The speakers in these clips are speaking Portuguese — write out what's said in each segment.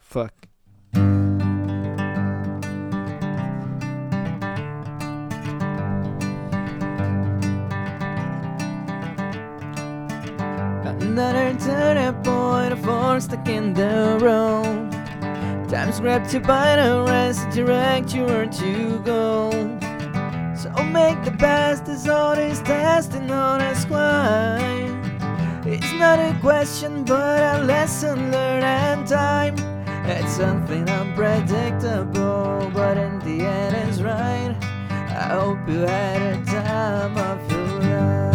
Fuck. Another turning point, a force stuck in the road. Time's grabbed you by the wrist, direct you where to go. So make the best of all this test and honest climb. It's not a question, but a lesson learned and time. It's something unpredictable, but in the end, it's right. I hope you had a time of your life.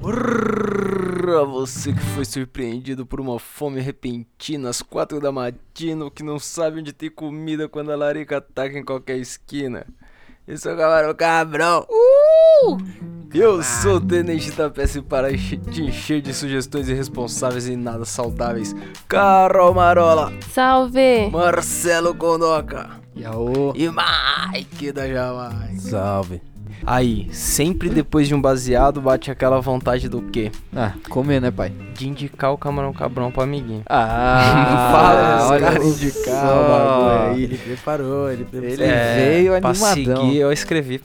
Brrr, a você que foi surpreendido por uma fome repentina às quatro da matina, ou que não sabe onde tem comida quando a larica ataca em qualquer esquina. Eu sou o Camarão Cabrão. Eu sou o Tenente da PS para enche- te encher de sugestões irresponsáveis e nada saudáveis. Carol Marola, Salve! Marcelo Konoka Yaô. e Mike da Jamaica. Salve. Aí, sempre depois de um baseado bate aquela vontade do quê? Ah, comer, né, pai? de indicar o camarão cabrão pro amiguinho. Ah, fala, os olha caras o indicaram só. o bagulho aí. Ele preparou, ele preparou. Ele É, veio pra animadão. seguir, eu escrevi.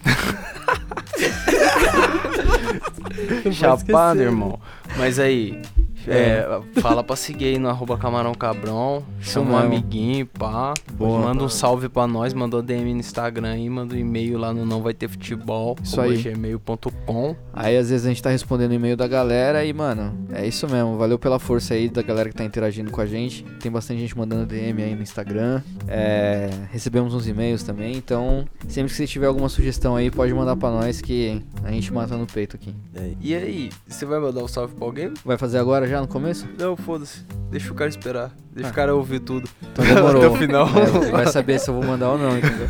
Chapado, irmão. Mas aí, é, fala pra seguir aí no arroba camarão cabrão. Chama um Chamamos. amiguinho, pá. Boa. manda um salve pra nós, mandou DM no Instagram aí, manda um e-mail lá no não vai ter futebol. Isso aí. gmail.com. Aí às vezes a gente tá respondendo o e-mail da galera e, mano, é isso mesmo. Valeu pela força aí da galera que tá interagindo com a gente. Tem bastante gente mandando DM aí no Instagram. É, recebemos uns e-mails também, então sempre que você tiver alguma sugestão aí, pode mandar pra nós que a gente mata no peito aqui. E aí, você vai mandar um salve pra alguém? Vai fazer agora já no começo? Não, foda-se. Deixa o cara esperar. Deixa o cara ouvir tudo. Então demorou. Até o final. É, você vai saber se eu vou mandar ou não, entendeu?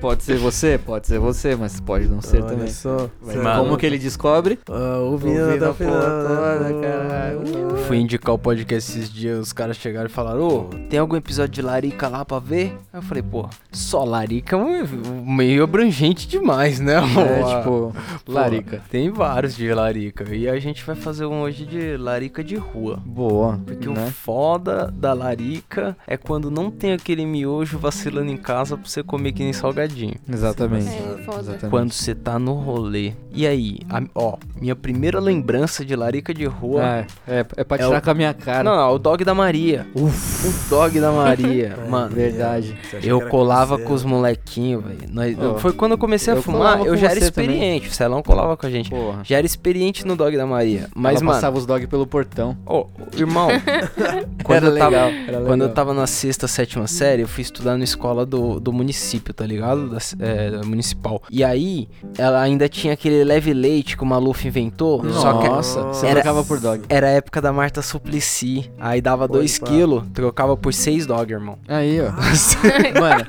Pode ser você, pode ser você, mas pode não ser também. só. Mano. Como que ele descobre? Tá Ah, ouvindo até o final. né, Fui indicar o podcast esses dias, os caras chegaram e falaram, ô, tem algum episódio de Larica lá pra ver? Aí eu falei, pô, só Larica é um- meio abrangente demais, né? É, Uma- tipo, pô, larica. Tem vários de Larica. E a gente vai fazer um hoje de Larica de rua. Boa. Porque o né? foda da larica é quando não tem aquele miojo vacilando em casa pra você comer que nem salgadinho. Exatamente. assim, É, foda. Exatamente. Quando você tá no rolê. E aí, a- ó, minha primeira lembrança de larica de rua Ah, é, é pra É tirar o- com a minha cara. Não, não, o dog da Maria. O dog da Maria, É. mano. Verdade. Eu colava com os molequinhos, velho. Nós- né? Ó, Foi quando eu comecei a eu fumar, colava eu com já era você também. experiente. O Celão colava com a gente. Porra. Já era experiente no dog da Maria. Mas, Ela mano, passava os dog pelo portão. ô, irmão, quando, Era eu tava, legal, era legal. quando eu tava na sexta, sétima série, eu fui estudar na escola do, do município, tá ligado? Da, é, da municipal. E aí, ela ainda tinha aquele leve leite que o Maluf inventou. Só que Nossa, você era- trocava por é dog. Era a época da Marta Suplicy. Aí dava Pode 2 pá. quilos, trocava por 6 dog, irmão. Aí, ó. mano,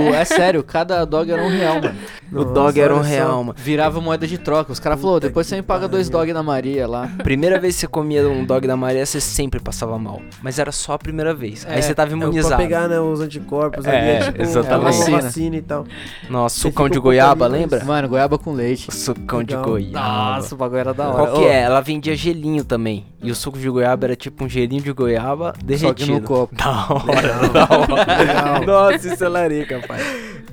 o, é sério, cada dog era um real, mano. o dog era um real, mano. Virava moeda de troca. Os caras falaram, "Ô, depois você me paga dois dog na Maria lá. Primeira vez que você comia um dog da Maria, você sempre passava mal. Mas era só a primeira vez. Aí É, você tava Pra imunizado. pegar, né, os anticorpos É, ali, é, tipo, exatamente. é uma Vacina. vacina e tal. Nossa, Você sucão de ficou tá goiaba, com lembra? Mano, goiaba com leite. Sucão de Legal. goiaba. Nossa, o bagulho era da hora. Qual que Ô, é? Ela vendia gelinho também. E o suco de goiaba era tipo um gelinho de goiaba derretido. Só que no copo. Da hora, da hora. Nossa, isso é larica, pai.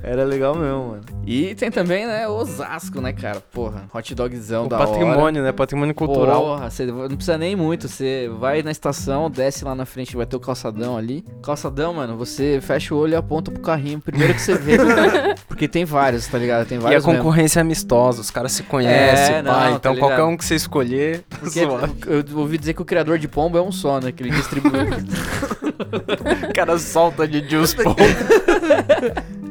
Era É legal mesmo, mano. E tem também, né, Osasco, né, cara? Porra, hot dogzão O da hora. patrimônio, né? Patrimônio cultural. Porra, você não precisa nem muito. Você vai na estação, desce lá na frente, vai ter o calçadão ali. Calçadão, mano, você fecha o olho e aponta pro carrinho primeiro que você vê. porque tem vários, tá ligado? Tem E a vários mesmo. concorrência é amistosa, os caras se conhecem, É, pá, não, então tá qualquer ligado. um que você escolher, Porque suave. eu ouvi dizer que o criador de pombo é um só, né? Que ele distribui. o cara solta de Deus pô.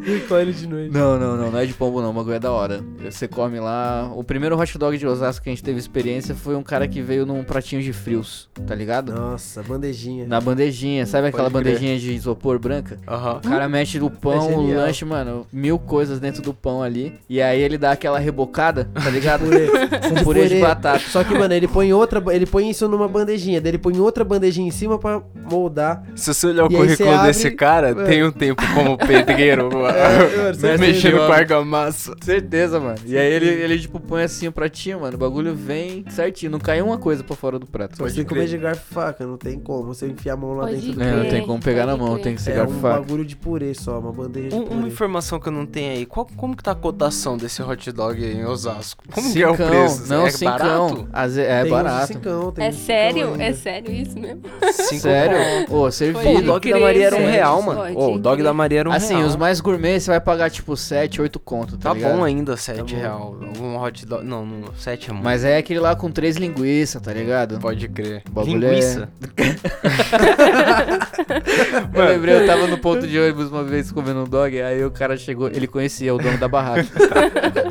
Recolhe de noite. não, não, não, não é de pombo não, o bagulho é da hora. Você come lá. O primeiro hot dog de Osasco que a gente teve experiência foi um cara que veio num pratinho de frios, tá ligado? Nossa, bandejinha. Na bandejinha, sabe aquela Pode crer. bandejinha de isopor branca? Aham. O cara mexe no É pão, o genial. lanche, mano, mil coisas dentro do pão ali. E aí ele dá aquela rebocada, tá ligado? Com purê de batata. Só que, mano, ele põe outra. Ele põe isso numa bandejinha. Daí ele põe outra bandejinha em cima pra moldar. Se você olhar o E aí você currículo abre- desse cara, É. tem um tempo como pedreiro, mano. É, Mestre Mexendo Yoda. com argamassa. Certeza, mano. E aí ele, ele tipo, põe assim o pratinho, mano. O bagulho vem certinho. Não cai uma coisa pra fora do prato. Você tem que comer de garfo e faca, não tem como. Você enfiar a mão lá Pode dentro. crer. É, não tem como pegar na Pode mão, crer. tem que ser É garfo e um faca. bagulho de purê só, uma bandeja de Um- uma purê. informação que eu não tenho aí. Qual, como que tá a cotação desse hot dog aí em Osasco? Como que é Cincão, o preço? Não, é cincão. barato? Às ve- É Tem uns de barato. cincão, tem É uns de sério? cincão É ainda. sério isso mesmo? Cinco Sério? Ô, servido. Pode Pô, o dog crer, da Maria era um velho. real, mano. Pode Ô, o dog crer. da Maria era um assim, real. os mais gourmet você vai pagar tipo 7, 8 conto, tá, Tá ligado? bom ainda, 7 bom. real. Um hot dog. Não, não 7 é muito. Mas é aquele lá com três linguiças, tá ligado? Pode crer. bagulho é- Linguiça. Eu lembrei, eu tava no ponto de ônibus uma vez comendo um dog, aí o cara chegou, ele conhecia o dono da barraca.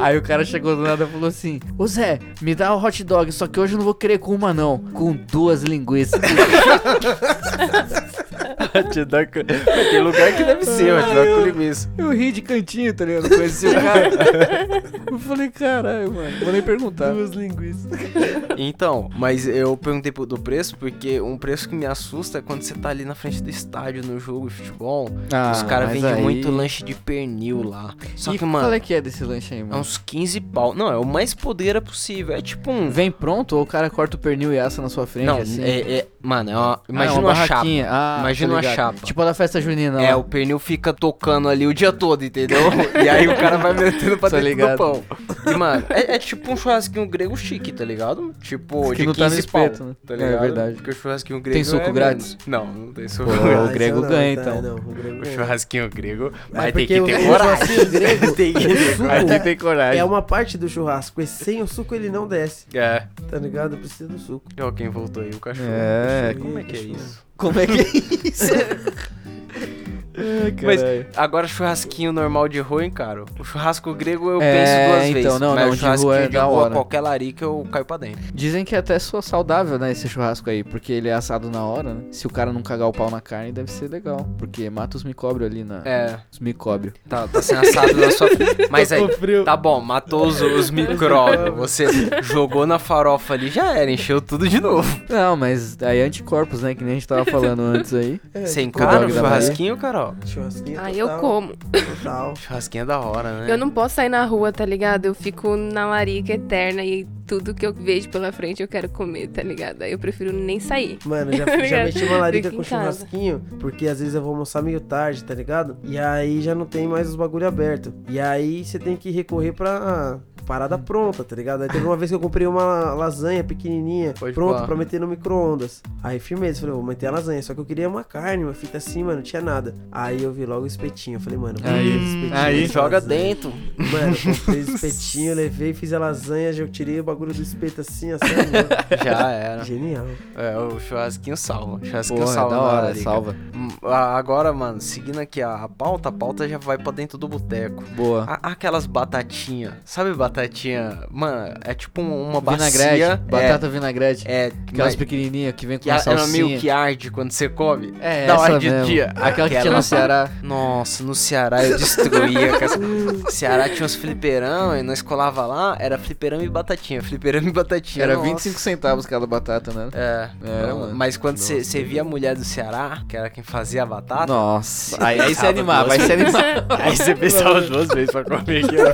aí o cara chegou do nada e falou assim: Ô Zé, me dá um hot dog, só que hoje eu não vou querer com uma, não, com duas linguiças. hot dog. com- Tem lugar que deve ser hot dog com linguiça. eu ri de cantinho, tá ligado? Eu Conheci o cara. Eu falei, caralho, mano, vou nem perguntar. Duas linguiças. Então, mas eu perguntei pro- do preço porque um preço que me assusta é quando você tá ali na frente do estádio no jogo de futebol. Ah, os caras mas vendem aí- muito lanche de pernil lá. Só e que, mano, qual é que é desse lanche aí, é mano? uns 15 pau. Não, é o mais podreira possível. É tipo um. Vem pronto ou o cara corta o pernil e assa na sua frente, Não, assim? é, é- Mano, é uma. Ah, Imagina é uma, chapa. barraquinha. Ah, Imagina tô uma ligado. chapa. Tipo a da festa junina. É, lá. o pernil fica tocando ali o dia todo, entendeu? e aí o cara vai metendo pra Tô dentro ligado. do pão. E, mano, é, é tipo um churrasquinho grego chique, tá ligado? Tipo, Que de 15 não tá no pau, espeto, né? tá É, ligado? é verdade. Porque o churrasquinho grego Tem suco é grátis? menos. Não, não tem suco Pô, grátis. o isso grego não, ganha, tá, então. Ah, não, o grego O ganha. churrasquinho grego, É mas tem porque que o- ter o é coragem. churrasquinho grego, Tem que o ter- suco Mas tem que ter coragem. É uma parte do churrasco, e sem o suco ele não desce, É. tá ligado? Precisa do suco. E ó, quem voltou aí, o cachorro. É, Como é que é isso? Como é que é isso? É, Mas agora churrasquinho normal de rua, hein, cara? O churrasco grego eu É, penso duas então, vezes. não, mas o não, de rua churrasquinho é de da rua, hora. qualquer larica eu caio pra dentro. Dizem que é até só saudável, né, esse churrasco aí, porque ele é assado na hora, né? Se o cara não cagar o pau na carne, deve ser legal. Porque mata os micóbrios ali na. É. Os micóbrios. Tá, tá sendo assado na sua frente. Mas aí, tá bom, matou os, os micróbios. Você jogou na farofa ali, já era, encheu tudo de novo. Não, mas aí é anticorpos, né? Que nem a gente tava falando antes aí. É, Você tipo, encara o dog da churrasquinho, Carol? Churrasquinho Ah, total, eu como. Total. Churrasquinho é da hora, né? Eu não posso sair na rua, tá ligado? Eu fico na larica eterna e tudo que eu vejo pela frente eu quero comer, tá ligado? Aí eu prefiro nem sair. Mano, já, já mexi uma larica Fica com em casa. churrasquinho, porque às vezes eu vou almoçar meio tarde, tá ligado? E aí já não tem mais os bagulho aberto. E aí você tem que recorrer pra parada pronta, tá ligado? Aí teve uma vez que eu comprei uma lasanha pequenininha, Pode pronta pá. pra meter no micro-ondas. Aí firmeza, falei, vou meter a lasanha, só que eu queria uma carne, uma fita assim, mano, não tinha nada. Aí eu vi logo o espetinho, eu falei, mano, vou Aí. meter esse espetinho Aí. nessa Joga lasanha. dentro. Mano, eu comprei esse espetinho, levei, fiz a lasanha, já eu tirei o bagulho do espeto assim, assim, mano. Já era. Genial. É, o churrasquinho salva. Churrasquinho Porra, é salva. da na hora, larica. salva. Hum, a- Agora, mano, seguindo aqui a a pauta, a pauta já vai pra dentro do boteco. Boa. A- Aquelas batatinhas, sabe batatinha? Mano, é tipo uma vinagrete. bacia. Batata vinagrete. É, é Aquelas mas- pequenininhas que vem com que uma ela, ela salsinha. meio que arde quando você come. É, da hora essa de mesmo. dia. Aquela que tinha no Ceará. Nossa, no Ceará eu destruía. com essa- Ceará tinha uns fliperão e nós colava lá, era fliperama e batatinha, fliperama e batatinha. Era nossa. 25 centavos cada batata, né? É, Era, não, mano. mas quando você você via a mulher do Ceará, que era quem fazia a batata, Nossa. Aí, aí se Pensava animava, duas aí se animava. aí você pensava duas vezes pra comer. Que era...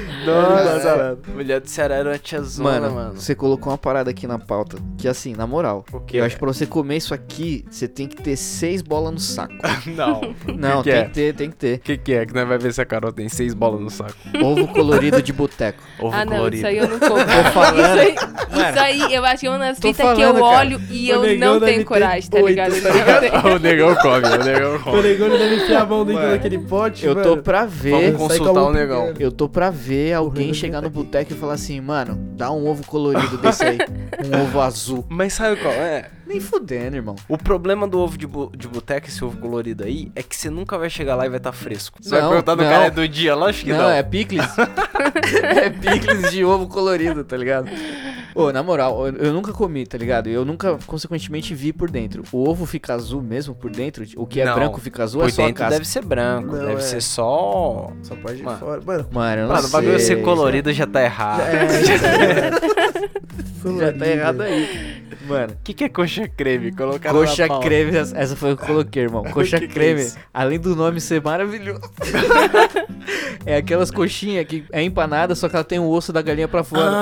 É. Nossa, a mulher do Ceará era uma tiazona, Mano, mano. você colocou uma parada aqui na pauta. Que assim, na moral, O quê? eu acho que pra você comer isso aqui, você tem que ter seis bolas no saco. Não. Não, que tem é? que ter, tem que ter. O que, que é? Que nós vai ver se a Carol tem seis bolas no saco. Ovo colorido de boteco. Ovo ah, não, colorido. isso aí eu não como. falando. Isso aí, isso aí eu acho que é uma das Tô fitas que eu falando, cara. olho e O eu negão não deve tenho ter coragem, tá oito, ligado? tá Eu não tenho. o negão come, o negão O come. negão deve enfiar a mão dentro Mano, daquele pote, Eu mano. tô pra Vamos ver. com- consultar o negão. Eu tô pra ver alguém Correndo chegar no daqui. boteco e falar assim, mano, dá um ovo colorido desse aí. Um ovo azul. Mas sabe qual é? Nem fudendo, irmão. O problema do ovo de, bu- de boteca, esse ovo colorido aí, é que você nunca vai chegar lá e vai estar fresco. Você Não, vai perguntar não. no cara do dia, lógico que não. não, é picles. é picles de ovo colorido, tá ligado? Ô, na moral, eu, eu nunca comi, tá ligado? Eu nunca, consequentemente, vi por dentro. O ovo fica azul mesmo por dentro? O que é Não. branco fica azul? Por é só a dentro casca. deve ser branco, Não, deve é. ser só... Só pode ir Mano. fora. Mano, Mano, é eu não Mano, o sei. né? bagulho é ser colorido já tá errado. é. Já tá errado aí. Mano, O que, que é coxa creme? Colocar coxa na palma. creme, essa essa foi o que eu coloquei, irmão. Coxa Que que é creme, isso? além do nome ser maravilhoso, é aquelas coxinhas que é empanada, só que ela tem o osso da galinha pra fora.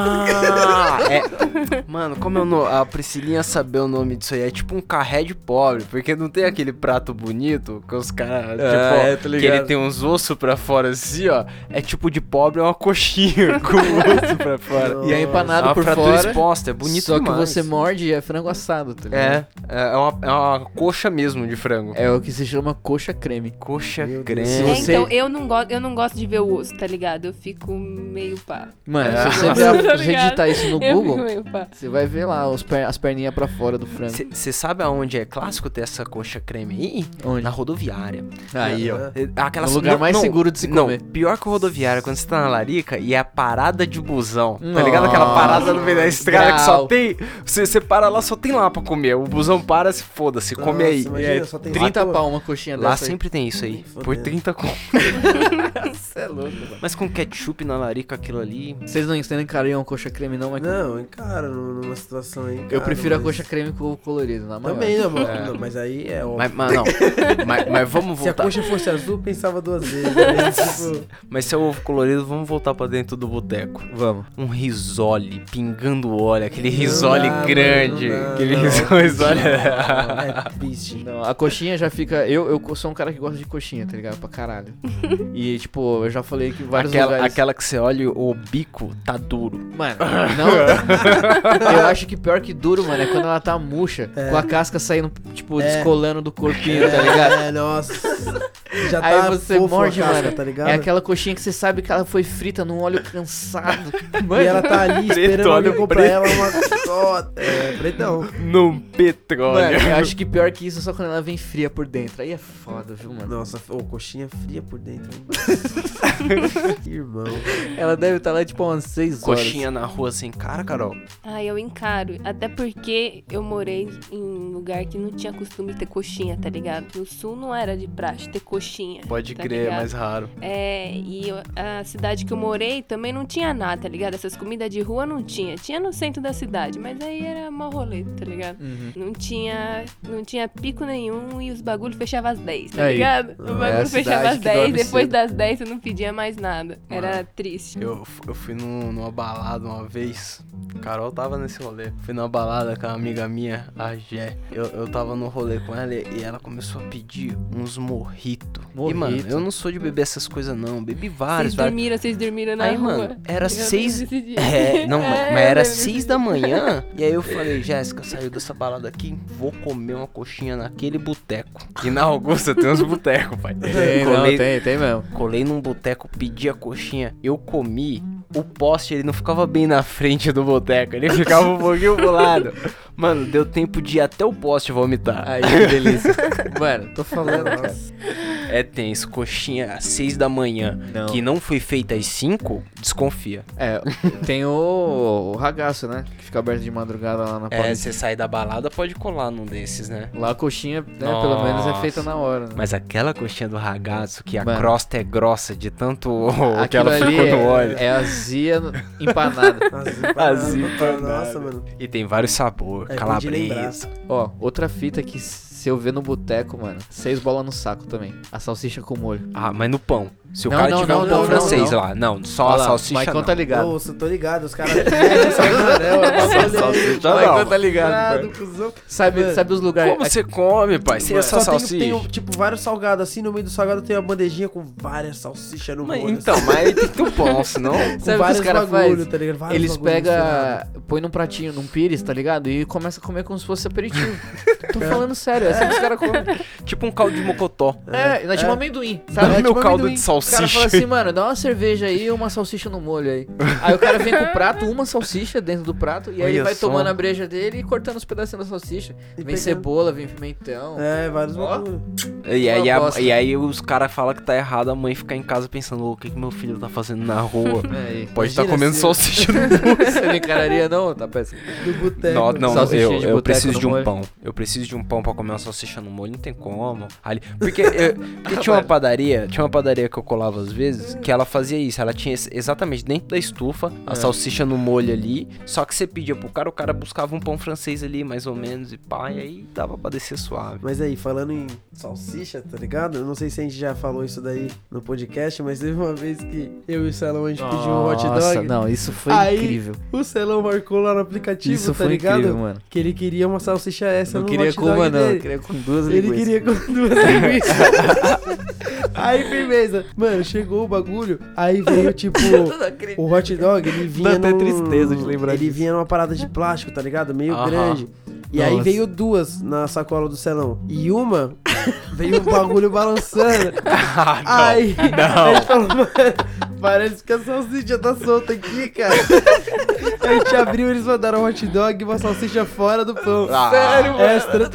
Ah, é. Mano, como eu não, a Priscilinha saber o nome disso aí, é tipo um carré de pobre, porque não tem aquele prato bonito que os caras, Ah, tipo, é, tô que ele ligado. tem uns ossos pra fora assim, ó. É tipo de pobre, é uma coxinha com um osso pra fora. e é empanado uma por fratura fora. exposta, é bonito só que demais. você morde e é frango assado, tá ligado? É, é uma, é uma coxa mesmo de frango. É o que se chama coxa creme. Coxa Meu Deus. É, creme. Se você- então, eu não, go eu não gosto de ver o osso, tá ligado? Eu fico meio pá. Mano, É. se você Tá virar- se você ligado? digitar isso no eu Google, fico meio pá. você vai ver lá os per- as perninhas pra fora do frango. Você sabe aonde é clássico ter essa coxa creme aí? Onde? Na rodoviária. Aí, ó. né? Aquela É o lugar mais seguro de se comer. Não, pior que o rodoviário, quando você tá na larica e é a parada de busão. Tá Nossa. ligado? Aquela parada no meio da estrada que só Grau. tem. Você, você para lá, só tem lá pra comer. O busão para, se foda-se, come aí. Nossa, imagina, só tem 30 lá. pau uma coxinha Lá dessa aí. sempre tem isso aí. Fodeu. Por 30 com. Cê é louco, mano. Mas com ketchup na larica, aquilo ali. Vocês não entendem carinho uma coxa creme não, mas Não, encara num- numa situação aí. eu encara, prefiro a mas- coxa creme com ovo colorido, na maior. Também, né? não, mano. Não, mas aí é óbvio. Mas, mas não. mas, mas vamos Se a voltar. coxa fosse azul, pensava duas vezes. né? Tipo, Mas se é o ovo colorido, vamos voltar pra dentro do boteco. Vamos. um risole pingando óleo, aquele Não risole dá, grande, mano, não dá, aquele não. risole. é triste. Não, a coxinha já fica. Eu, eu sou um cara que gosta de coxinha, tá ligado? Pra caralho. E, tipo, eu já falei que vários Aquela, lugares. aquela que você olha e o bico tá duro. Mano, não. eu acho que pior que duro, mano, é quando ela tá murcha, com a casca saindo, tipo, É. descolando do corpinho, tá ligado? É, nossa. Já tá Aí você fofo a morde, casca, mano. tá ligado? É aquela coxinha que você sabe que ela foi frita num óleo cansado. Mano, E ela tá ali esperando olha alguém o comprar preto. ela uma cota. É, pretão. Num mano, petróleo. eu acho que pior que isso é só quando ela vem fria por dentro. Aí é foda, viu, mano? Nossa, ô, coxinha fria por dentro. hein? Irmão. Ela deve estar lá, tipo, umas 6 horas. Coxinha na rua assim, cara, Carol. Ah, eu encaro. Até porque eu morei em um lugar que não tinha costume de ter coxinha, tá ligado? No sul não era de praxe ter coxinha. Pode tá crer, é ligado? mais raro. É, e eu- a cidade que eu morei também não tinha nada, tá ligado? Essas comidas de rua não tinha. Tinha no centro da cidade, mas aí era mó rolê, tá ligado? Uhum. Não tinha, não tinha pico nenhum e os bagulho fechavam às 10, tá Aí. ligado? O É a bagulho fechava cidade às que 10, dorme depois cedo. das 10 eu não pedia mais nada. Era triste. Eu, eu fui num- numa balada uma vez. Carol tava nesse rolê. Fui numa balada com uma amiga minha, a Gé. Eu, eu tava no rolê com ela e ela começou a pedir uns morrito. E, mano, Mojito. eu não sou de beber essas coisas, não. Bebi vários, Vocês vários. dormiram, vocês dormiram na Aí, rua. mano, era Eu lembro seis- desse dia. É, não, mas, É, mas era eu lembro seis desse da dia. manhã. E aí eu falei, Jéssica, saiu dessa balada aqui, vou comer uma coxinha naquele boteco. E na Augusta tem uns botecos, pai. Tem, não, colei, tem, tem mesmo. colei num boteco, pedi a coxinha, eu comi. O poste, ele não ficava bem na frente do boteco, ele ficava um pouquinho pro lado. Mano, deu tempo de ir até o poste vomitar. Aí, que delícia. mano, tô falando. Nossa. É tenso, coxinha às seis da manhã, Não. que não foi feita às cinco, desconfia. É, tem o, o ragaço, né? Que fica aberto de madrugada lá na É, Paulista. você sai da balada, pode colar num desses, né? Lá a coxinha, né, pelo menos é feita Nossa. na hora, né? Mas aquela coxinha do ragazzo que a Mano. crosta é grossa de tanto que Aquilo ela ali ficou é, no óleo. é azia no- empanada. As empanadas. Nossa, mano. E tem vários sabores, É bom de lembrar. calabresa. Ó, outra fita que se eu ver no boteco, mano, seis bolas no saco também. A salsicha com molho. Ah, mas no pão. Se o Não, cara não, tiver não, um pão não, francês não, não. lá, não, só a Olha lá, salsicha Maicon não. tá ligado. Nossa, eu tô ligado, os caras. É, sacanagem, olha, olha aí. Salsicha Maicon não. tá ligado. Caralho, cuzão. Sabe, sabe os lugares... Como assim? você come, pai? Sem essa Só tem- salsicha? Tem, um, tipo, vários salgados assim. No meio do salgado tem uma bandejinha com várias salsichas no Mas, molho. então, assim, mas aí tem que ter um pão, senão... Sabe o com que os vários caras bagulho, fazem? tá ligado? Vários Eles bagulho pegam, misturado. põe num pratinho, num pires, tá ligado? E começa a comer como se fosse aperitivo. Tô falando sério, é assim que os caras comem. Tipo um caldo de mocotó. É, ainda tinha um amendoim. Dá Sabe? meu Tipo caldo amendoim. de O cara fala salsicha. assim, mano, dá uma cerveja aí e uma salsicha no molho aí. Aí o cara vem com o prato, uma salsicha dentro do prato, e aí ele Olha vai só. tomando a breja dele e cortando os pedacinhos da salsicha. E vem pegando. cebola, vem pimentão. É, vários Ó. bagulho. E aí, Uma a- bosta. e aí os caras falam que tá errado a mãe ficar em casa pensando, "Ô, o que, que meu filho tá fazendo na rua? Aí. Pode estar Imagina comendo se- salsicha no Você não encararia não? Tá péssimo. Do boteco. Não, não, Salsicha eu, de eu boteco preciso no de um molho. pão. Eu preciso de um pão pra comer uma salsicha no molho, não tem como. Ali, porque eu- Ah, porque tinha uma padaria, tinha uma padaria que eu colava às vezes, que ela fazia isso. Ela tinha esse- exatamente dentro da estufa a É. salsicha no molho ali, só que você pedia pro cara, o cara buscava um pão francês ali, mais ou menos, e pá, e aí dava pra descer suave. Mas aí, falando em salsicha, tá ligado? Eu não sei se a gente já falou isso daí no podcast, mas teve uma vez que eu e o Celão a gente pediu um hot Nossa, dog. não, isso foi Aí, incrível. O Celão marcou lá no aplicativo, Isso tá foi ligado? incrível, mano. Que ele queria uma salsicha essa Eu não no queria hot com dog uma, não. Eu dele. queria com duas Ele linguiças. queria com duas linguiças. aí, firmeza. Mano, chegou o bagulho, aí veio, tipo, o hot dog, ele vinha Dá até num- tristeza de lembrar Ele disso. vinha numa parada de plástico, tá ligado? Meio Aham. grande. E aí Nossa. veio duas na sacola do Celão. E uma veio um bagulho balançando. Ah, não. Aí, a gente falou, mano, parece que a salsicha tá solta aqui, cara. a gente abriu, eles mandaram um hot dog e uma salsicha fora do pão. Ah. Sério, mano? Extra.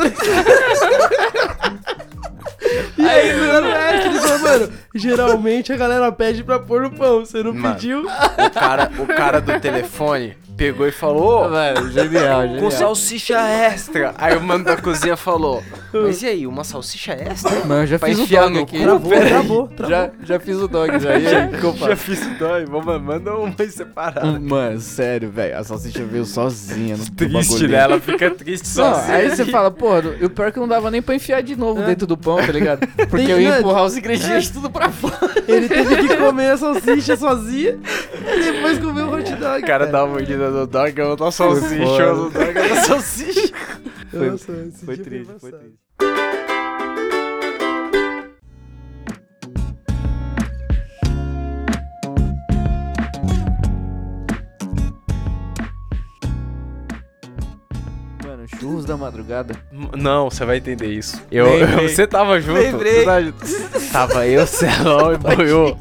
E aí, mano, extra, eles falaram, mano, geralmente a galera pede pra pôr no pão, você não Mano. pediu? O cara, o cara do telefone pegou e falou: "Ô, Mano, genial, com genial. salsicha extra. Aí o mano da cozinha falou: Mas e aí, uma salsicha extra? Mano, eu já Pra fiz o enfiar dog no aqui. cu, Travou, peraí. travou, travou. Já, já fiz o dog, já. E aí, o que eu faço? Já fiz o dói, vamos, manda uma mais separada. Hum, Mano, sério, velho. A salsicha veio sozinha no no Triste, bagulho. né? Ela fica triste Não, sozinha. aí você fala, pô, e o pior é que não dava nem pra enfiar de novo dentro do pão, tá ligado? É. Porque Tem- eu ia mano, empurrar os ingredientes tudo pra fora. Ele teve que comer a salsicha sozinha e depois comeu o hot dog. O cara dá uma mordida no dog, eu vou dar Foi salsicha, foda. eu vou dar uma salsicha. Nossa, esse Foi dia triste, foi embaçado. triste. Mano, churros da madrugada. M- Não, você vai entender isso. Eu, Lembrei. você tava junto. Lembrei. Você tava junto. Tava eu, Celão e Boiô.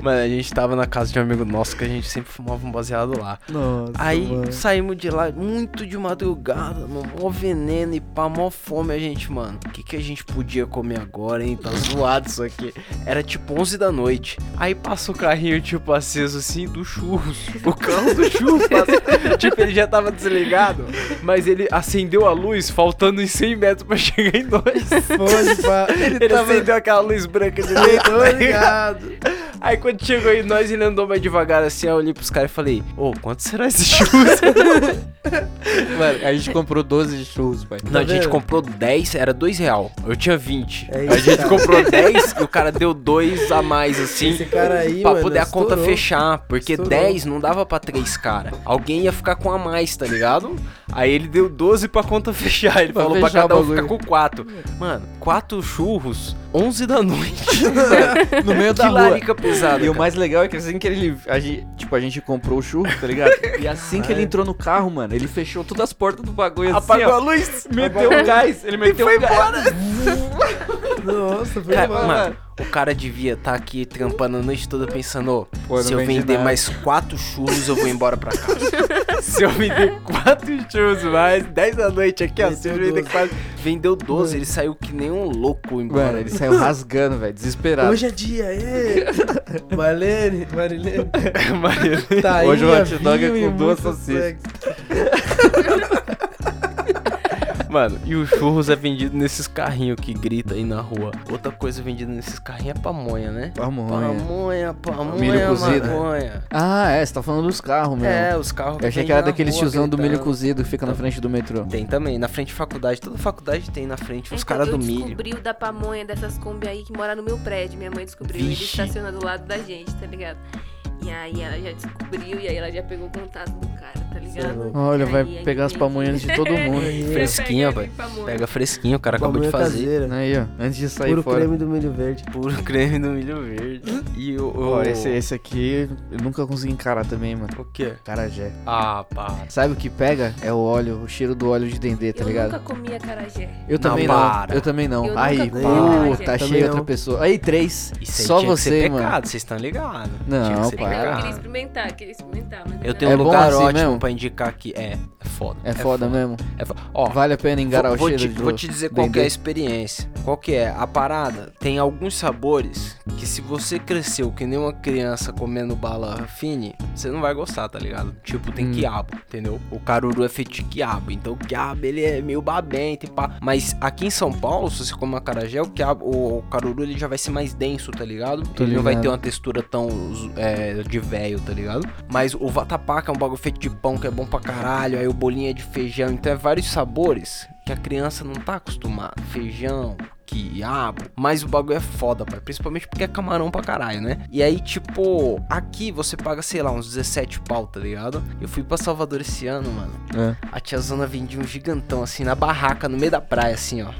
Mano, a gente tava na casa de um amigo nosso que a gente sempre fumava um baseado lá. Nossa. Aí saímos de lá muito de madrugada, no mó veneno e pá, mó fome a gente, mano. O que, que a gente podia comer agora, hein? Tá zoado isso aqui. Era tipo 11 da noite. Aí passa o carrinho, tipo, aceso assim, do churros. O carro do churros. passa. tipo, ele já tava desligado, mas ele acendeu a luz, faltando uns 100 metros pra chegar em nós. Foi, pá. Ele, Ele tava acendeu aquela luz branca de Tô leite. ligado. Aí quando chegou em nós, ele andou mais devagar assim, aí eu olhei pros caras e falei, ô, quanto será esse churros? Mano, a gente comprou 12 churros, pai. Não, a gente Tá vendo? comprou 10, era 2 real. Eu tinha 20. É a isso, gente cara. comprou 10 e o cara deu 2 a mais, assim. Esse cara aí, pra mano, poder a conta estourou. fechar. Porque Estourou. 10 não dava pra 3 cara. Alguém ia ficar com a mais, tá ligado? Aí ele deu 12 pra conta fechar. Ele Pra falou fechar pra cada o um ficar bagulho. com 4. Mano, 4 churros, 11 da noite. No meio que larica pesada. E o cara. mais legal é que assim que ele. A gente, tipo, a gente comprou o churro, tá ligado? E assim que ele entrou no carro, mano, ele fechou todas as portas do bagulho assim. Apagou a Ó, luz. meteu o gás, ele meteu o gás. Nossa, foi Cara, mal. mano, o cara devia estar aqui trampando a noite toda pensando, ô, Pô, não se eu vendi vender nada. mais quatro churros, eu vou embora pra casa. se eu vender quatro churros mais, 10 da noite aqui, ó, se eu Vendeu vender quatro... Vendeu 12, ele saiu que nem um louco embora. Mano, ele saiu rasgando, velho, desesperado. Hoje é dia, ê! Marlene, Marilene, é Mas- tá Hoje aí, o hot dog é vinho com e duas muito salsichas. sexo. Tá Mano, e o churros é vendido nesses carrinhos que grita aí na rua. Outra coisa vendida nesses carrinhos é pamonha, né? Pamonha. Pamonha, Milho pamonha, cozido. maconha. Ah, é, você tá falando dos carros, mesmo. É, os carros. Eu achei que era daquele tiozão do milho cozido que fica na frente do metrô. Tem também, na frente de faculdade. Toda faculdade tem na frente os Então, caras eu do milho. descobri o da pamonha dessas Kombi aí que mora no meu prédio. Minha mãe descobriu ele Vixe. estaciona do lado da gente, tá ligado? E aí ela já descobriu e aí ela já pegou o contato do cara, é tá ligado? Olha, E vai aí, pegar as aí, pamonhas de todo mundo. Aí, Fresquinha, Pega ele, velho. pamonha. Pega fresquinho, o cara acabou de pamonha fazer. né? caseira, Né, Aí, ó, antes de sair Puro fora. creme do milho verde. Puro creme do milho verde. E o. o... Ó, esse, é tipo esse é aqui eu nunca consegui encarar também, mano. O quê? Carajé. Ah, pá. Sabe o que pega? É o óleo, o cheiro do óleo de dendê, tá eu ligado? nunca comi acarajé. Eu Não, também não. para. Eu também não. Eu nunca aí, comi pô, acarajé. tá Também cheio não. outra pessoa. Aí, três. Isso aí Só tinha que você, ser mano. pecado, vocês estão ligados. Não, tinha que ser pá. Então, eu pecado. queria experimentar, queria experimentar, mas Eu não. tenho É um bom lugar assim ótimo mesmo? pra indicar que é. foda. É foda mesmo. É foda. Ó, Vale a pena encarar vou, o vou cheiro te, de vou te dizer qual que é a experiência. Qual que é? A parada tem alguns sabores que se você cresceu que nem uma criança comendo bala fine, você não vai gostar, tá ligado? Tipo, tem Hum. quiabo, entendeu? O caruru é feito de quiabo, então o quiabo ele é meio babento e pá. Mas aqui em São Paulo, se você comer acarajé, o, quiabo, o, o caruru ele já vai ser mais denso, tá ligado? Tô ele não vai ligado. ter uma textura tão é, de velho, tá ligado? Mas o vatapaca é um bagulho feito de pão que é bom pra caralho. Aí o bolinho é de feijão. Então é vários sabores que a criança não tá acostumada. Feijão, quiabo. Mas o bagulho é foda, pai. Principalmente porque é camarão pra caralho, né? E aí, tipo, aqui você paga, sei lá, uns 17 pau, tá ligado? Eu fui pra Salvador esse ano, mano. É. A tia Zona vendia um gigantão, assim, na barraca, no meio da praia, assim, ó.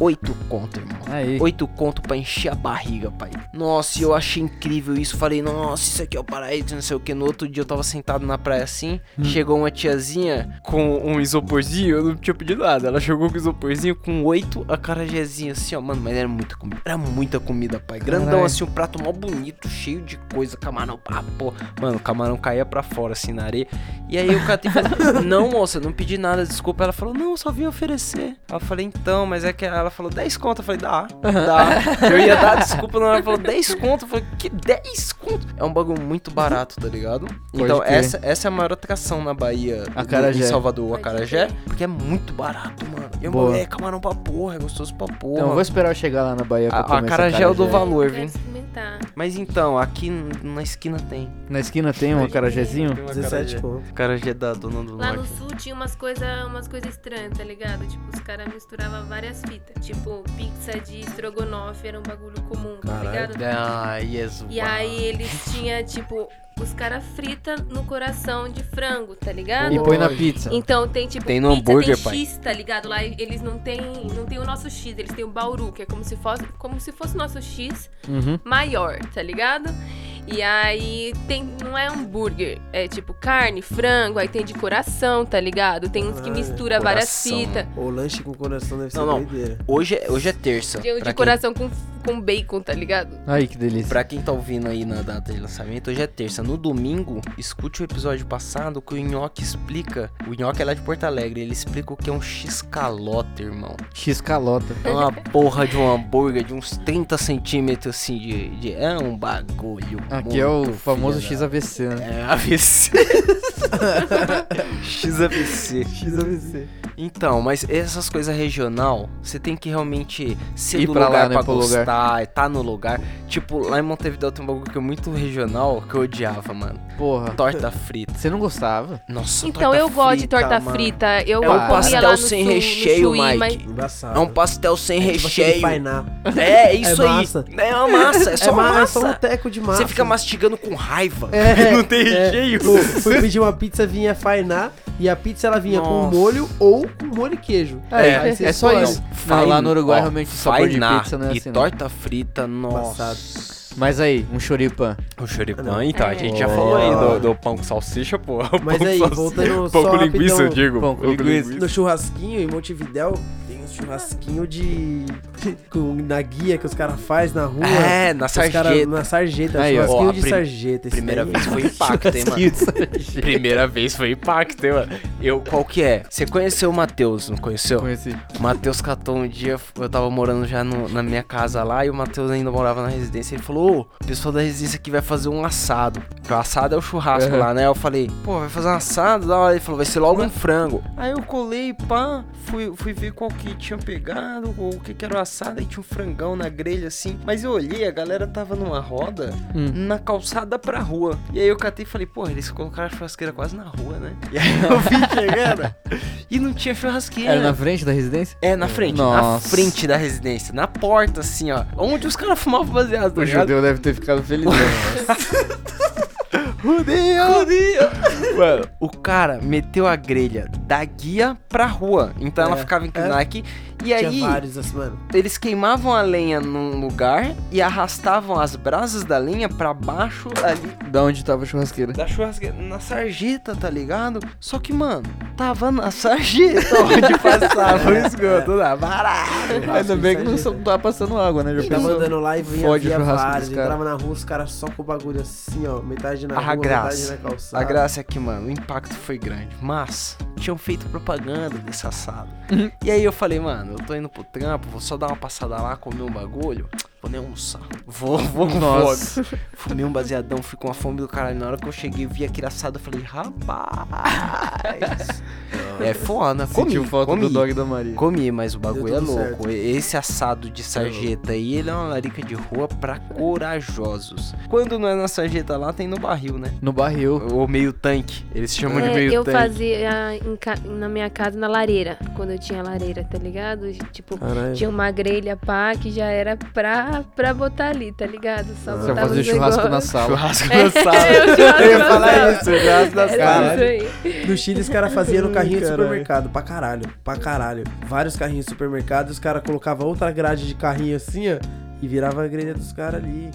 Oito conto, irmão. Aí. Oito conto pra encher a barriga, pai. Nossa, e eu achei incrível isso. Falei, nossa, isso aqui é o paraíso, não sei o que. No outro dia eu tava sentado na praia assim. Hum. Chegou uma tiazinha com um isoporzinho. Eu não tinha pedido nada. Ela chegou com um isoporzinho com oito acarajézinhos assim, ó. Mano, mas era muita comida. Era muita comida, pai. Grandão Caralho. assim, um prato mó bonito, cheio de coisa. Camarão, pá, pô. Mano, o camarão caía pra fora assim na areia. E aí o cara falou, não, moça, eu não pedi nada, desculpa. Ela falou, não, só vim oferecer. Ela falei, então, mas é que ela falou 10 conto. Eu falei, dá, dá. Eu ia dar desculpa, não. Ela falou 10 conto. Eu falei, que 10 conto? É um bagulho muito barato, tá ligado? Uhum. Pode então, crer. essa, essa é a maior atração na Bahia, Acarajé. em Salvador, o Pode acarajé. crer. Porque é muito barato, mano. E Boa. o é camarão pra porra, é gostoso pra porra. Então, eu vou esperar eu chegar lá na Bahia pra A- comer essa acarajé É. eu dou acarajé. valor, Quero viu? experimentar. Mas então, aqui n- na esquina tem. Na esquina tem um acarajézinho? 17 conto. Acarajé da Dona do Lá no Norte. sul tinha umas coisas umas coisa estranhas, tá ligado? Tipo, os caras misturavam várias fitas. Tipo, pizza de estrogonofe era um bagulho comum, tá ligado? Ah, yes, E aí eles tinham, tipo, os caras frita no coração de frango, tá ligado? E põe na pizza. Então tem tipo Tem no pizza, hambúrguer, tem pai. X, tá ligado? Lá eles não tem, não tem o nosso X, eles têm o Bauru, que é como se fosse, como se fosse o nosso X Uhum. maior, tá ligado? E aí tem, não é hambúrguer, é tipo carne, frango, aí tem de coração, tá ligado? Tem uns que Ah, mistura várias coração. fitas. O lanche com coração deve ser Não, não. doideira. Hoje é, hoje é terça. Tem pra o um quem de coração com, com bacon, tá ligado? Aí, que delícia. Pra quem tá ouvindo aí na data de lançamento, hoje é terça. No domingo, escute o episódio passado que o Nhoque explica. O Nhoque é lá de Porto Alegre, ele explica o que é um x-calota, irmão. X calota. É uma porra de um hambúrguer de uns 30 centímetros assim de. de- é um bagulho. Aqui é o muito famoso filha X da- AVC, né? É AVC. XAVC. XAVC. Então, mas essas coisas regional, você tem que realmente ser Ir do pra lá, lugar né, pra pro lugar. gostar, tá no lugar. Tipo, lá em Montevideo tem um bagulho que é muito regional que eu odiava, mano. Porra. Torta frita. Você não gostava? Nossa, Então eu gosto de torta mano. frita, eu É comia um lá pastel no sem sul, no recheio, Chuí, mas- Mike. Embaçado. É um pastel sem É tipo aquele recheio. Painá. É, isso É aí. massa. É uma massa, é só é, ma- é só um massa. teco de massa. Você fica mastigando com raiva. É, Não tem é. recheio. Pô, fui pedir uma pizza, vinha Fainá. E a pizza ela vinha com Nossa. molho ou com molho e queijo. Aí você é só escolhe. isso. Não, lá no Uruguai, Ó, realmente, o sabor de fainá pizza não é e assim, não. torta frita, nossa. Mas aí, um choripan. O Não. choripã, então, a gente já Pô. falou aí do, do pão com salsicha, pô. O Mas pão aí, com salsicha- voltando Pão só com Um linguiça, eu rapidão. digo. Pão com linguiça. No churrasquinho em Montevidéu, tem um churrasquinho de... com, na guia que os caras fazem na rua. É, na Os Cara, sarjeta. na sarjeta. Aí, ó. churrasquinho Ó, a de prim- sarjeta. esse Primeira daí. vez foi impacto, hein, mano. Primeira vez foi impacto, hein, mano. Eu, qual que é? Você conheceu o Matheus, não conheceu? Conheci. O Matheus catou um dia, eu tava morando já no- na minha casa lá, e o Matheus ainda morava na residência. Ele falou, ô, o pessoal da residência aqui vai fazer um assado. Porque o assado é o churrasco Uhum. lá, né? Eu falei, pô, vai fazer um assado? Da hora. Ele falou, vai ser logo um frango. Aí eu colei, pá, fui, fui ver qual que tinha pegado, o que que era o assado, aí tinha um frangão na grelha, assim. Mas eu olhei, a galera tava numa roda, Hum. na calçada pra rua. E aí eu catei e falei, pô, eles colocaram a churrasqueira quase na rua, né? E aí eu vim chegando e não tinha churrasqueira. Era na frente da residência? É, na frente. Na Nossa. frente da residência. Na porta, assim, ó. Onde os caras fumavam baseado, tá O ligado? judeu deve ter ficado feliz. né? Mano, o cara meteu a grelha da guia pra rua. Então ela É, ficava inclinada aqui. E Tinha aí, vários, assim, mano. eles queimavam a lenha num lugar e arrastavam as brasas da lenha pra baixo ali da onde tava a churrasqueira. da churrasqueira. Na sarjeta, tá ligado? Só que, mano, tava na sarjeta onde passava um o esgoto né? lá. Barato. Ainda bem é que não, só- não tava passando água, né? Já Tava pensou? andando lá e vinha, Fode o via churrasco dos vários. cara. Entrava na rua, os caras só com o bagulho assim, ó. Metade na a rua, graça. metade na calçada. A graça é que, mano, o impacto foi grande. Mas tinham feito propaganda desse assado. Uhum. e aí eu falei, mano, eu tô indo pro trampo, vou só dar uma passada lá, comer um bagulho. Vou nem almoçar. Vou, vou com Nossa. fome. Fumei um baseadão, fui com uma fome do caralho. Na hora que eu cheguei, vi aquele assado, eu falei, rapaz. é foda, comi, Sentiu falta comi. do dog da Maria. Comi, mas o bagulho Deu é tudo louco. Esse assado de sarjeta aí, ele é uma larica de rua pra corajosos. Quando não é na sarjeta lá, tem no barril, né? No barril. Ou meio tanque. Eles chamam de É, meio eu tanque. fazia em ca- na minha casa na lareira, quando eu tinha lareira, tá ligado? Tipo, Ah, é. Caralho. tinha uma grelha pá que já era pra, pra botar ali, tá ligado? Só Você botava fazia os churrasco na negócios. sala. Churrasco É, na sala. é, o churrasco Ah. eu ia na falar sala. isso, churrasco É na Era sala. isso aí. No Chile, os caras faziam no carrinho de Caralho. supermercado. Pra caralho. Pra caralho. Vários carrinhos de supermercado. Os caras colocavam outra grade de carrinho assim, ó. E virava a grelha dos caras ali.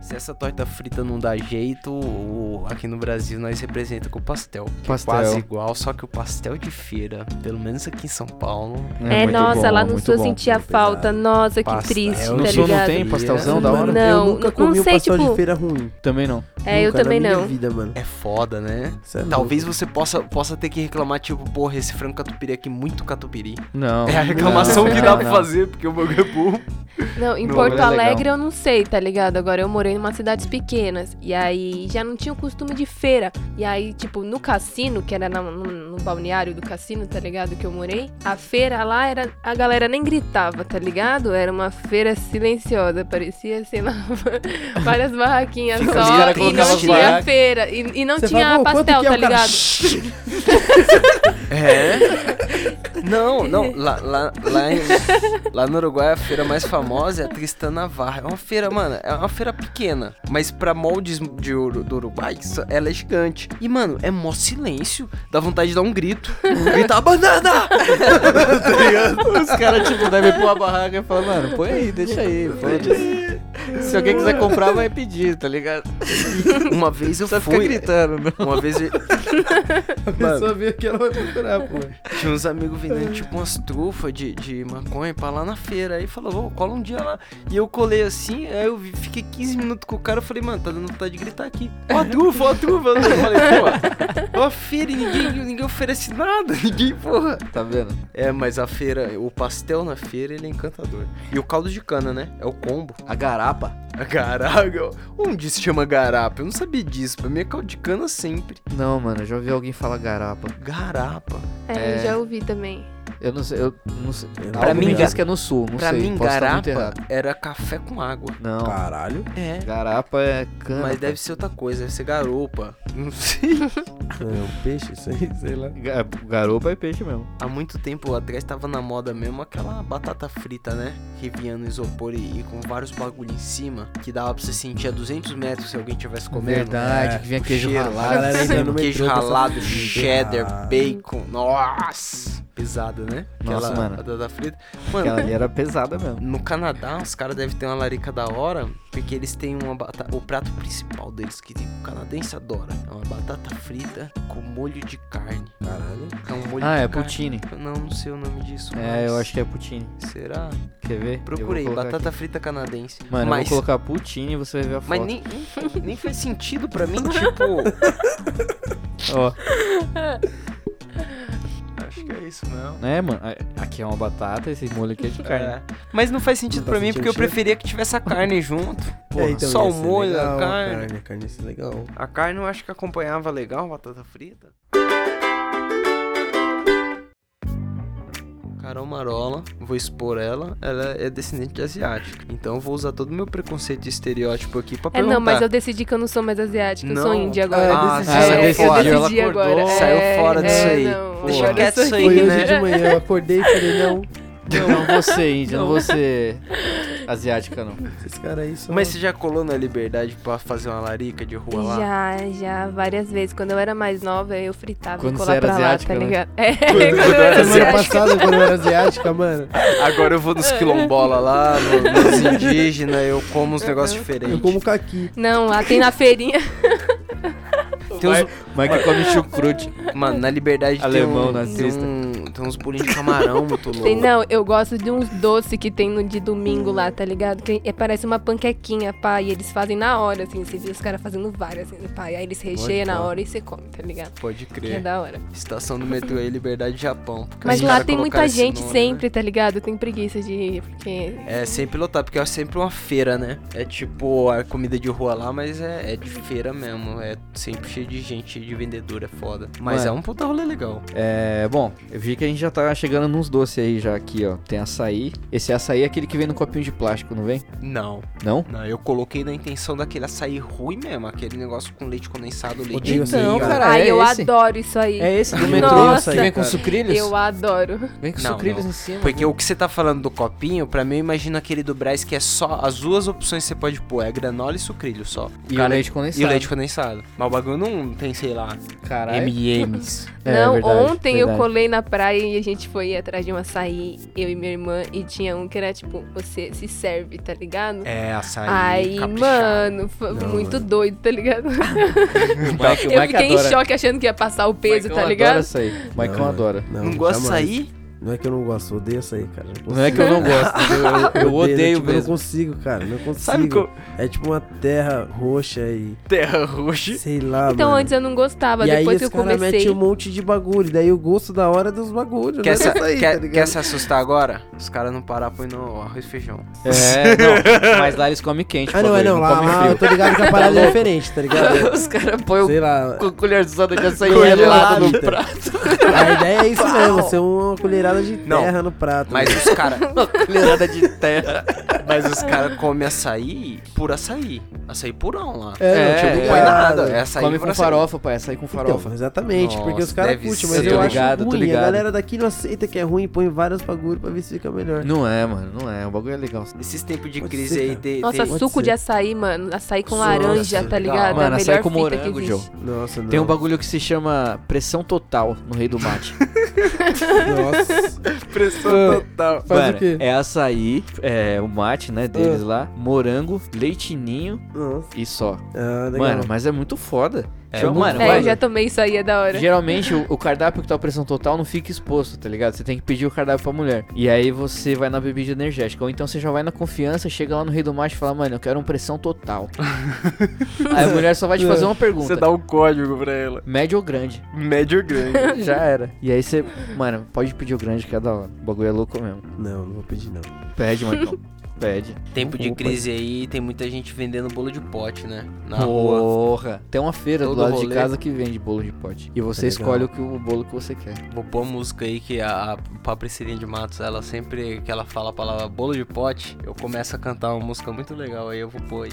Se essa torta frita não dá jeito, o- aqui no Brasil nós representa com pastel. que Pastel. É quase igual, só que o pastel é de feira, pelo menos aqui em São Paulo, É, muito nossa, bom, lá no muito sul eu bom. sentia muito pesado. falta. Nossa, que Pasta. triste, É, o No tá sul não ligado? tem pastelzão da Mano, hora? Não, eu nunca não comi um sei, pastel tipo- de feira ruim. Também não. É, eu Nunca também na minha não. vida, mano. é foda, né? Cê é Talvez louco. você possa, possa ter que reclamar, tipo, porra, esse frango catupiry aqui é muito catupiry. Não. é a reclamação não, que dá não, pra não. fazer, porque o bagulho é bom. Não, em Não, Porto é legal. Alegre eu não sei, tá ligado? Agora eu morei em umas cidades pequenas. E aí já não tinha o costume de feira. E aí, tipo, no cassino, que era na- no, no balneário do cassino, tá ligado? Que eu morei, a feira lá era. A galera nem gritava, tá ligado? Era uma feira silenciosa. Parecia, sei lá, várias barraquinhas Fica- os só. cara E colocava não as tinha barracas. feira. E, e não Cê tinha fala, "Pô, quanto pastel, que é tá o cara?" ligado? É? Não, não, lá, lá, lá, em- lá no Uruguai a feira mais famosa é a Tristã Navarra. É uma feira, mano, é uma feira pequena, mas pra moldes de, Uru- do Uruguai, isso- ela é gigante. E, mano, é mó silêncio, dá vontade de dar um grito. Gritar, banana! Tá Os caras, tipo, devem pôr a barraca e falar, mano, põe aí, deixa aí, foda-se. Se alguém quiser comprar, vai pedir, tá ligado? Uma vez eu Só fica fui... gritando, não. Uma vez eu- A pessoa vê que ela vai procurar, pô. Tinha uns amigos vendendo tipo umas trufas de, de maconha pra lá na feira. Aí falou, ô, cola um dia lá. E eu colei assim, aí eu vi- fiquei 15 minutos com o cara. Eu falei, mano, tá dando vontade de gritar aqui. Ó a trufa, ó a trufa. Eu falei, pô, ó a feira e ninguém, ninguém oferece nada. Ninguém, porra. Tá vendo? É, mas a feira, o pastel na feira, ele é encantador. E o caldo de cana, né? É o combo. A garapa. A garapa. Onde se chama garapa? Eu não sabia disso. Pra mim é caldo de cana sempre. Não, mano, eu já ouvi alguém falar garapa. Garapa. É, É. eu já ouvi também. Eu não sei, eu não sei. Pra Algo mim, me diz gar- que é no sul, não pra sei. mim, posso estar muito garapa errado. era café com água. Não, Caralho. É. garapa é cana. Mas deve ser outra coisa, deve ser garopa. Não sei. É um peixe, isso aí, sei lá. Ga- Garopa é peixe mesmo. Há muito tempo atrás tava na moda mesmo aquela batata frita, né? Riviano isopor e, e com vários bagulho em cima. Que dava pra você sentir a 200 metros se alguém tivesse comendo. Verdade, que vinha O queijo cheiro, ralado. A galera sim, entra no queijo metrô com essa ralado, comida. cheddar, Ah. bacon. Nossa! Pesado, né? Nossa, Aquela mano. batata frita. Mano, Aquela ali era pesada mesmo. No Canadá, os caras devem ter uma larica da hora, porque eles têm uma batata. O prato principal deles, que tipo, o canadense adora, é uma batata frita com molho de carne. Caralho. É um molho Ah, de carne. é poutine. Não, não sei o nome disso. É, eu acho que é poutine. que. Será? Quer ver? Eu vou Procurei, colocar batata frita canadense. aqui. Mano, mas, eu vou colocar poutine e você vai ver a foto. mas nem, nem, nem faz sentido pra mim, tipo. Ó, acho que é isso não. né, mano? A- Aqui é uma batata, esse molho aqui é de carne. É. Mas não faz sentido Não tá pra mim, sentindo porque eu cheiro? preferia que tivesse a carne junto. Porra, É, então, só ia o ser molho, legal, a carne. A carne ia ser legal. A carne eu acho que acompanhava legal a batata frita. Carol Marola, vou expor ela, ela é descendente de asiática. Então eu vou usar todo o meu preconceito e estereótipo aqui pra É, perguntar. não, mas eu decidi que eu não sou mais asiática, eu Não. sou índia agora. É, Ah, eu saiu decidi, fora. eu decidi Ela acordou, agora. saiu É, fora disso é, aí. não. Deixa Olha, quieto isso aí, Foi né? hoje de manhã, eu acordei e falei, não, Não, não vou ser índia, não vou ser asiática, não. esses caras aí são... Mas você já colou na liberdade pra fazer uma larica de rua lá? Já, já, várias vezes. Quando eu era mais nova, eu fritava Quando e você colava era pra asiática, lá, tá né? ligado? É, quando, Quando, eu era semana asiática. passada, quando eu era asiática, mano, Agora eu vou nos quilombola lá, no- nos indígenas, eu como uns negócios eu diferentes. como caqui. Não, lá tem na feirinha. Tem uns, Mas que come chucrute. mano, na liberdade Alemão, tem, um, tem, nazista. um, tem uns bolinhos de camarão muito louco. Tem- não, eu gosto de uns doces que tem no de domingo lá, tá ligado? Que é- parece uma panquequinha, pá, e eles fazem na hora, assim, você vê os caras fazendo várias, assim, pá, e aí eles recheiam na crer. hora e você come, tá ligado? Pode Que é crer. da hora. Estação do metrô é Liberdade Japão. porque Mas os lá caras tem colocaram muita esse gente nome, sempre, tá ligado? Eu tenho preguiça de ir, porque né? É sempre lotado, porque é sempre uma feira, né? É tipo a comida de rua lá, mas é, é de feira mesmo. É sempre cheio de gente, cheio de vendedor, é foda. Mas Mano. é um puta rolê legal. É, bom, eu vi que a gente já tá chegando nos doces aí já aqui, ó. Tem açaí. Esse açaí é aquele que vem no copinho de plástico, não vem? Não, Não? não, eu coloquei na intenção daquele açaí ruim mesmo, aquele negócio com leite condensado, leite Odeio açaí, ninho. cara. Ai, eu esse? adoro isso aí. É esse do metrô Nossa, que vem com cara. sucrilhos? Eu adoro. Vem com Não, sucrilhos não. em cima. Porque o que você tá falando do copinho, pra mim eu imagino aquele do Braz que é só as duas opções que você pode pôr, é granola e sucrilho só. E Cara, o leite condensado. E o leite condensado. Mas o bagulho não tem, sei lá, Caralho. MMs. É, não, verdade, ontem eu verdade. colei na praia e a gente foi atrás de um açaí, eu e minha irmã, e tinha um que era tipo, você se serve, tá ligado? É, açaí. Aí, caprichado. mano, foi Não, muito mano. doido, tá ligado? O Mike- o eu Mike fiquei adora. em choque achando que ia passar o peso, Maicão tá adora ligado? açaí. Maicão mano. adora. Não, gosta de jamais. açaí? Não é que eu não gosto, eu odeio açaí, cara. Não é que eu não gosto, eu, eu, eu odeio tipo, Eu não mesmo. consigo, cara. Não consigo. Sabe como? É tipo uma terra roxa e. Terra Tipo- roxa. Sei lá. Então mano. antes eu não gostava, e aí depois que eu os cara comecei. mete um monte de bagulho. Daí o gosto da hora é dos bagulhos. Quer, né? se, Açaí, quer- tá ligado? quer se assustar agora? Os caras não parar, põe no arroz e feijão. É, não. Mas lá eles comem quente. Ah, não, é bagulho, não. Lá, comem lá eu frio. tô ligado que a parada é diferente, tá ligado? Os caras põem o Sei lá. com colherzada de açaí Colher gelado no gelada. prato. A ideia é isso mesmo, ser uma colherada de Não. terra no prato. Mas né? os caras. Colherada de terra. Mas os caras comem açaí por açaí. Açaí purão lá. É, não, É, tipo, Não é. põe ligado. nada. É açaí Come por com açaí. farofa, pai. Açaí com farofa. Então, exatamente, Nossa, porque os caras deve curtem, mas ser. eu Tô ligado, acho tô ruim. ligado. A galera daqui não aceita que é ruim, põe vários bagulhos pra ver se fica melhor. Não é, mano. Não é. O bagulho é legal. Esses tempos de Pode crise ser, aí cara. de, Nossa, de- suco ser. de açaí, mano. Açaí com Nossa, laranja, tá legal. ligado? É a Mano, açaí melhor com fita que morango, existe. Joe. Nossa, não. Tem um bagulho que se chama pressão total no Rei do Mate. Nossa. pressão total. Faz Mano, o quê? Ah. É açaí, é, o mate, né, deles lá, morango, leitinho é- Nossa. e só. Ah, legal. Mano, mas é muito foda. É Tipo, muito mano, É, vai- eu já tomei isso aí, é da hora. Geralmente o, o cardápio que tá o pressão total não fica exposto, tá ligado? Você tem que pedir o cardápio pra mulher. E aí você vai na bebida energética. Ou então você já vai na confiança, chega lá no Rei do Mate e fala, mano, eu quero um pressão total. aí a mulher só vai te fazer uma pergunta. Você dá o código pra ela. Médio ou grande? Médio grande. Já era. E aí você, mano, pode pedir o grande que é da hora. O bagulho é louco mesmo. Não, não vou pedir, não. Pede, Marcão. Pede. Tempo de Opa. crise aí, tem muita gente vendendo bolo de pote, né? Na rua. Porra. Tem uma feira Todo do lado rolê. de casa que vende bolo de pote. E você Legal. escolhe o, que, o bolo que você quer. Vou pôr a música aí que a, a pra Priscilinha de Matos, ela sempre que ela fala a palavra bolo de pote, eu começo a cantar uma música muito legal aí, eu vou pôr aí.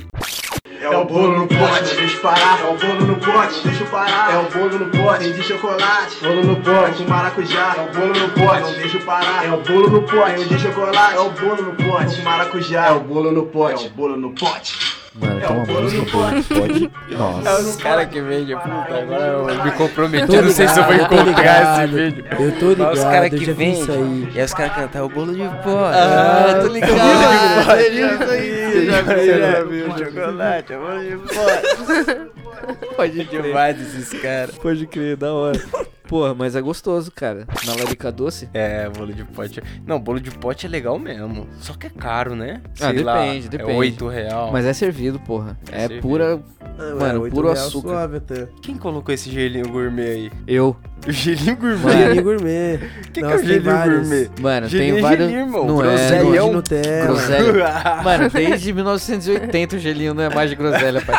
É o bolo no pote, deixa eu parar. É o bolo no pote, deixa eu parar. É o bolo no pote, tem de chocolate. Bolo no pote, com maracujá. É o bolo no pote, não deixa eu parar. É o bolo no pote, tem de chocolate. É o bolo no pote, com maracujá. É o bolo no pote, é o bolo no pote. Mano, É tem o uma bolo música do bolo de pote. Nossa. Os caras que vendem, puta, agora eu me comprometi, Tá Tô eu não sei se eu vou ligado, tô encontrar esse ligado. vídeo. Eu tô ligado, Mas os caras eu que já vi isso vendem, aí. e aí os caras cantam o bolo de pote. Ah, tô ligado. Bolo É isso aí, Já já vi, vi, já já vi o chocolate, é bolo de pote. Pode demais esses caras. Pode crer, da hora. Porra, mas é gostoso, cara. Na larica doce. É, bolo de pote. Não, bolo de pote é legal mesmo. Só que é caro, né? Ah, depende, é depende. 8 real. Mas é servido, porra. É É, servido. pura. Ah, Mano, oito puro real açúcar. Suave até. quem colocou esse gelinho gourmet aí? Eu. O gelinho gourmet? Gelinho é gourmet. O que, que é o Nossa, tem gelinho vários. gourmet? Mano, Gelinho tem é vários. gelinho, irmão. Não é, Groselha Groselha não é. é de um- Nutella. Groselha. Mano, desde 1908 o gelinho não é mais de groselha, pai.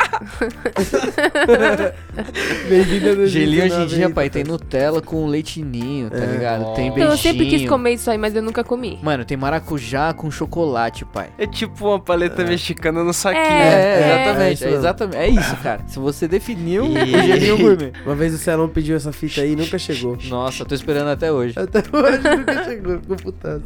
Bem-vinda do Gelinho hoje 1990. em dia, pai, tem Nutella com leitinho, tá É. ligado? Tem Nossa. beijinho. Então, eu sempre quis comer isso aí, mas eu nunca comi. Mano, tem maracujá com chocolate, pai. É tipo uma paleta mexicana no saquinho. É, é. exatamente, É isso é mesmo. exatamente. É isso, cara. Se você definiu o E- gelinho gourmet. Uma vez o Celão pediu essa fita aí e nunca nunca chegou. Nossa, tô esperando até hoje. Até hoje nunca chegou, ficou putaço.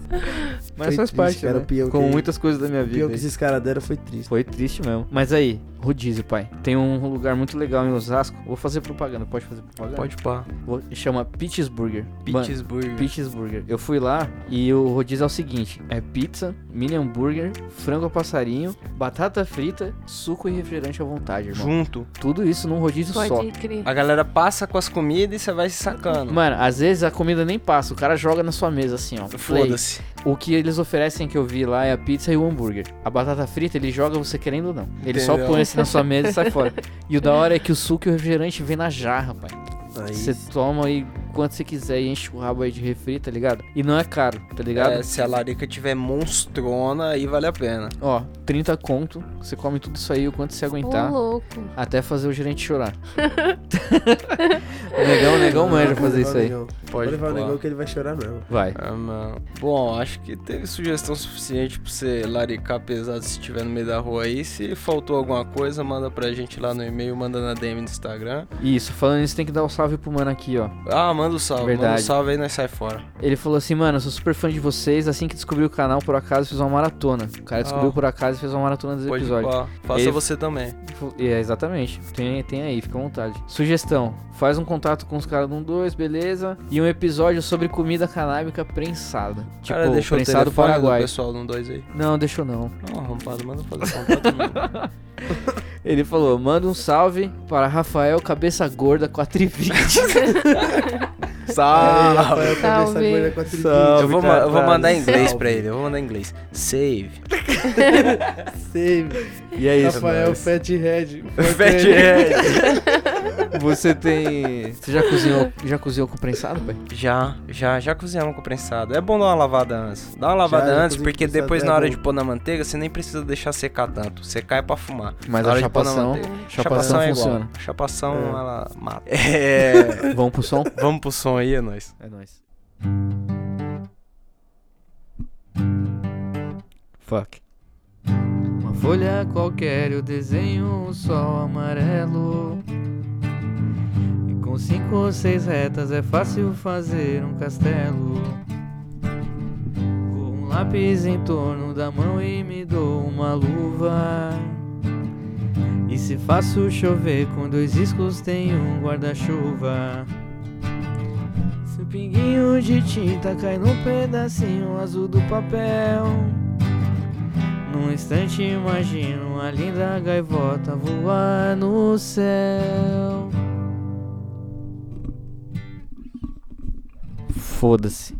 Mas faz triste, parte, cara, né? pior Com que- muitas coisas da minha O pior vida. que esses caras deram foi triste. Foi triste mesmo. Mas aí, rodízio, pai. Tem um lugar muito legal em Osasco. Vou fazer propaganda. Pode fazer propaganda? Pode pá. Vou, chama Pittsburgher. Mano, Pittsburgh. Pittsburgher. Eu fui lá e o rodízio é o seguinte: é pizza, mini hambúrguer, frango a passarinho, batata frita, suco e refrigerante à vontade, irmão. Junto. Tudo isso num rodízio tá só. Pode crer. A galera passa com as comidas e você vai se sacando. Mano, às vezes a comida nem passa, o cara joga na sua mesa assim, ó. Play. Foda-se. O que eles oferecem que eu vi lá é a pizza e o hambúrguer. A batata frita ele joga você querendo ou não. Ele só Entendeu? põe assim na sua mesa e sai fora. E o da hora é que o suco e o refrigerante vem na jarra, pai. Aí, Você toma aí quanto você quiser e enche o rabo aí de refri, tá ligado? E não é caro, tá ligado? É, se a larica tiver monstrona, aí vale a pena. Ó, 30 conto, você come tudo isso aí tá. o quanto você Ô, aguentar. louco. Até fazer o gerente chorar. o negão, é o negão manja fazer isso aí. Pode Pode levar o pá. negão que ele vai chorar mesmo. Vai. Ah, mano. Bom, acho que teve sugestão suficiente pra você laricar pesado se estiver no meio da rua aí. Se faltou alguma coisa, manda pra gente lá no e-mail, manda na DM no Instagram. Isso, falando isso, tem que dar um salve pro mano aqui, ó. Ah, manda o salve. Manda Verdade. o salve aí, nós sai fora. Ele falou assim, mano, eu sou super fã de vocês. Assim que descobri o canal, por acaso, fiz uma maratona. O cara descobriu Ó. por acaso e fez uma maratona dos Pode episódios. pá. Faça Ele- você também. E É, exatamente. Tem, tem aí, fica à vontade. Sugestão: faz um contato com os caras do 12, beleza? E um episódio sobre comida canábica prensada. Tipo, Cara, deixou o prensado telefone paraguai. do pessoal no 2 aí. Não, deixou não. Não, arrombado, manda fazer um contato. mano. Ele falou: manda um salve para Rafael Cabeça Gorda 420. Ah, Aí, salve! Rafael, cabeça Salve. gorda com a triguinha. Eu vou, ma- eu vou mandar em inglês Salve. pra ele, eu vou mandar em inglês. Save. Save. e é isso. Rafael mano. Fathead. Fat é. Ed. Você tem. Você já cozinhou, já cozinhou com prensado, pai? Já, já, já cozinhamos com prensado. É bom dar uma lavada antes. Dá uma lavada já antes, cozinhei com porque prensado, depois é na hora bom. de pôr na manteiga, você nem precisa deixar secar tanto. Secar é pra fumar. Mas na a hora de pôr na chapação. manteiga, Chapação é igual. funciona. Chapação, É. ela mata. É. Vamos pro som? Vamos pro som aí, é nóis. É nóis. Fuck. Uma folha qualquer eu desenho um sol amarelo. E com cinco ou seis retas é fácil fazer um castelo. Com um lápis em torno da mão e me dou uma luva. E se faço chover com dois riscos tenho um guarda-chuva. Se um pinguinho de tinta cai num pedacinho azul do papel. Num instante imagino a linda gaivota voar no céu. Foda-se.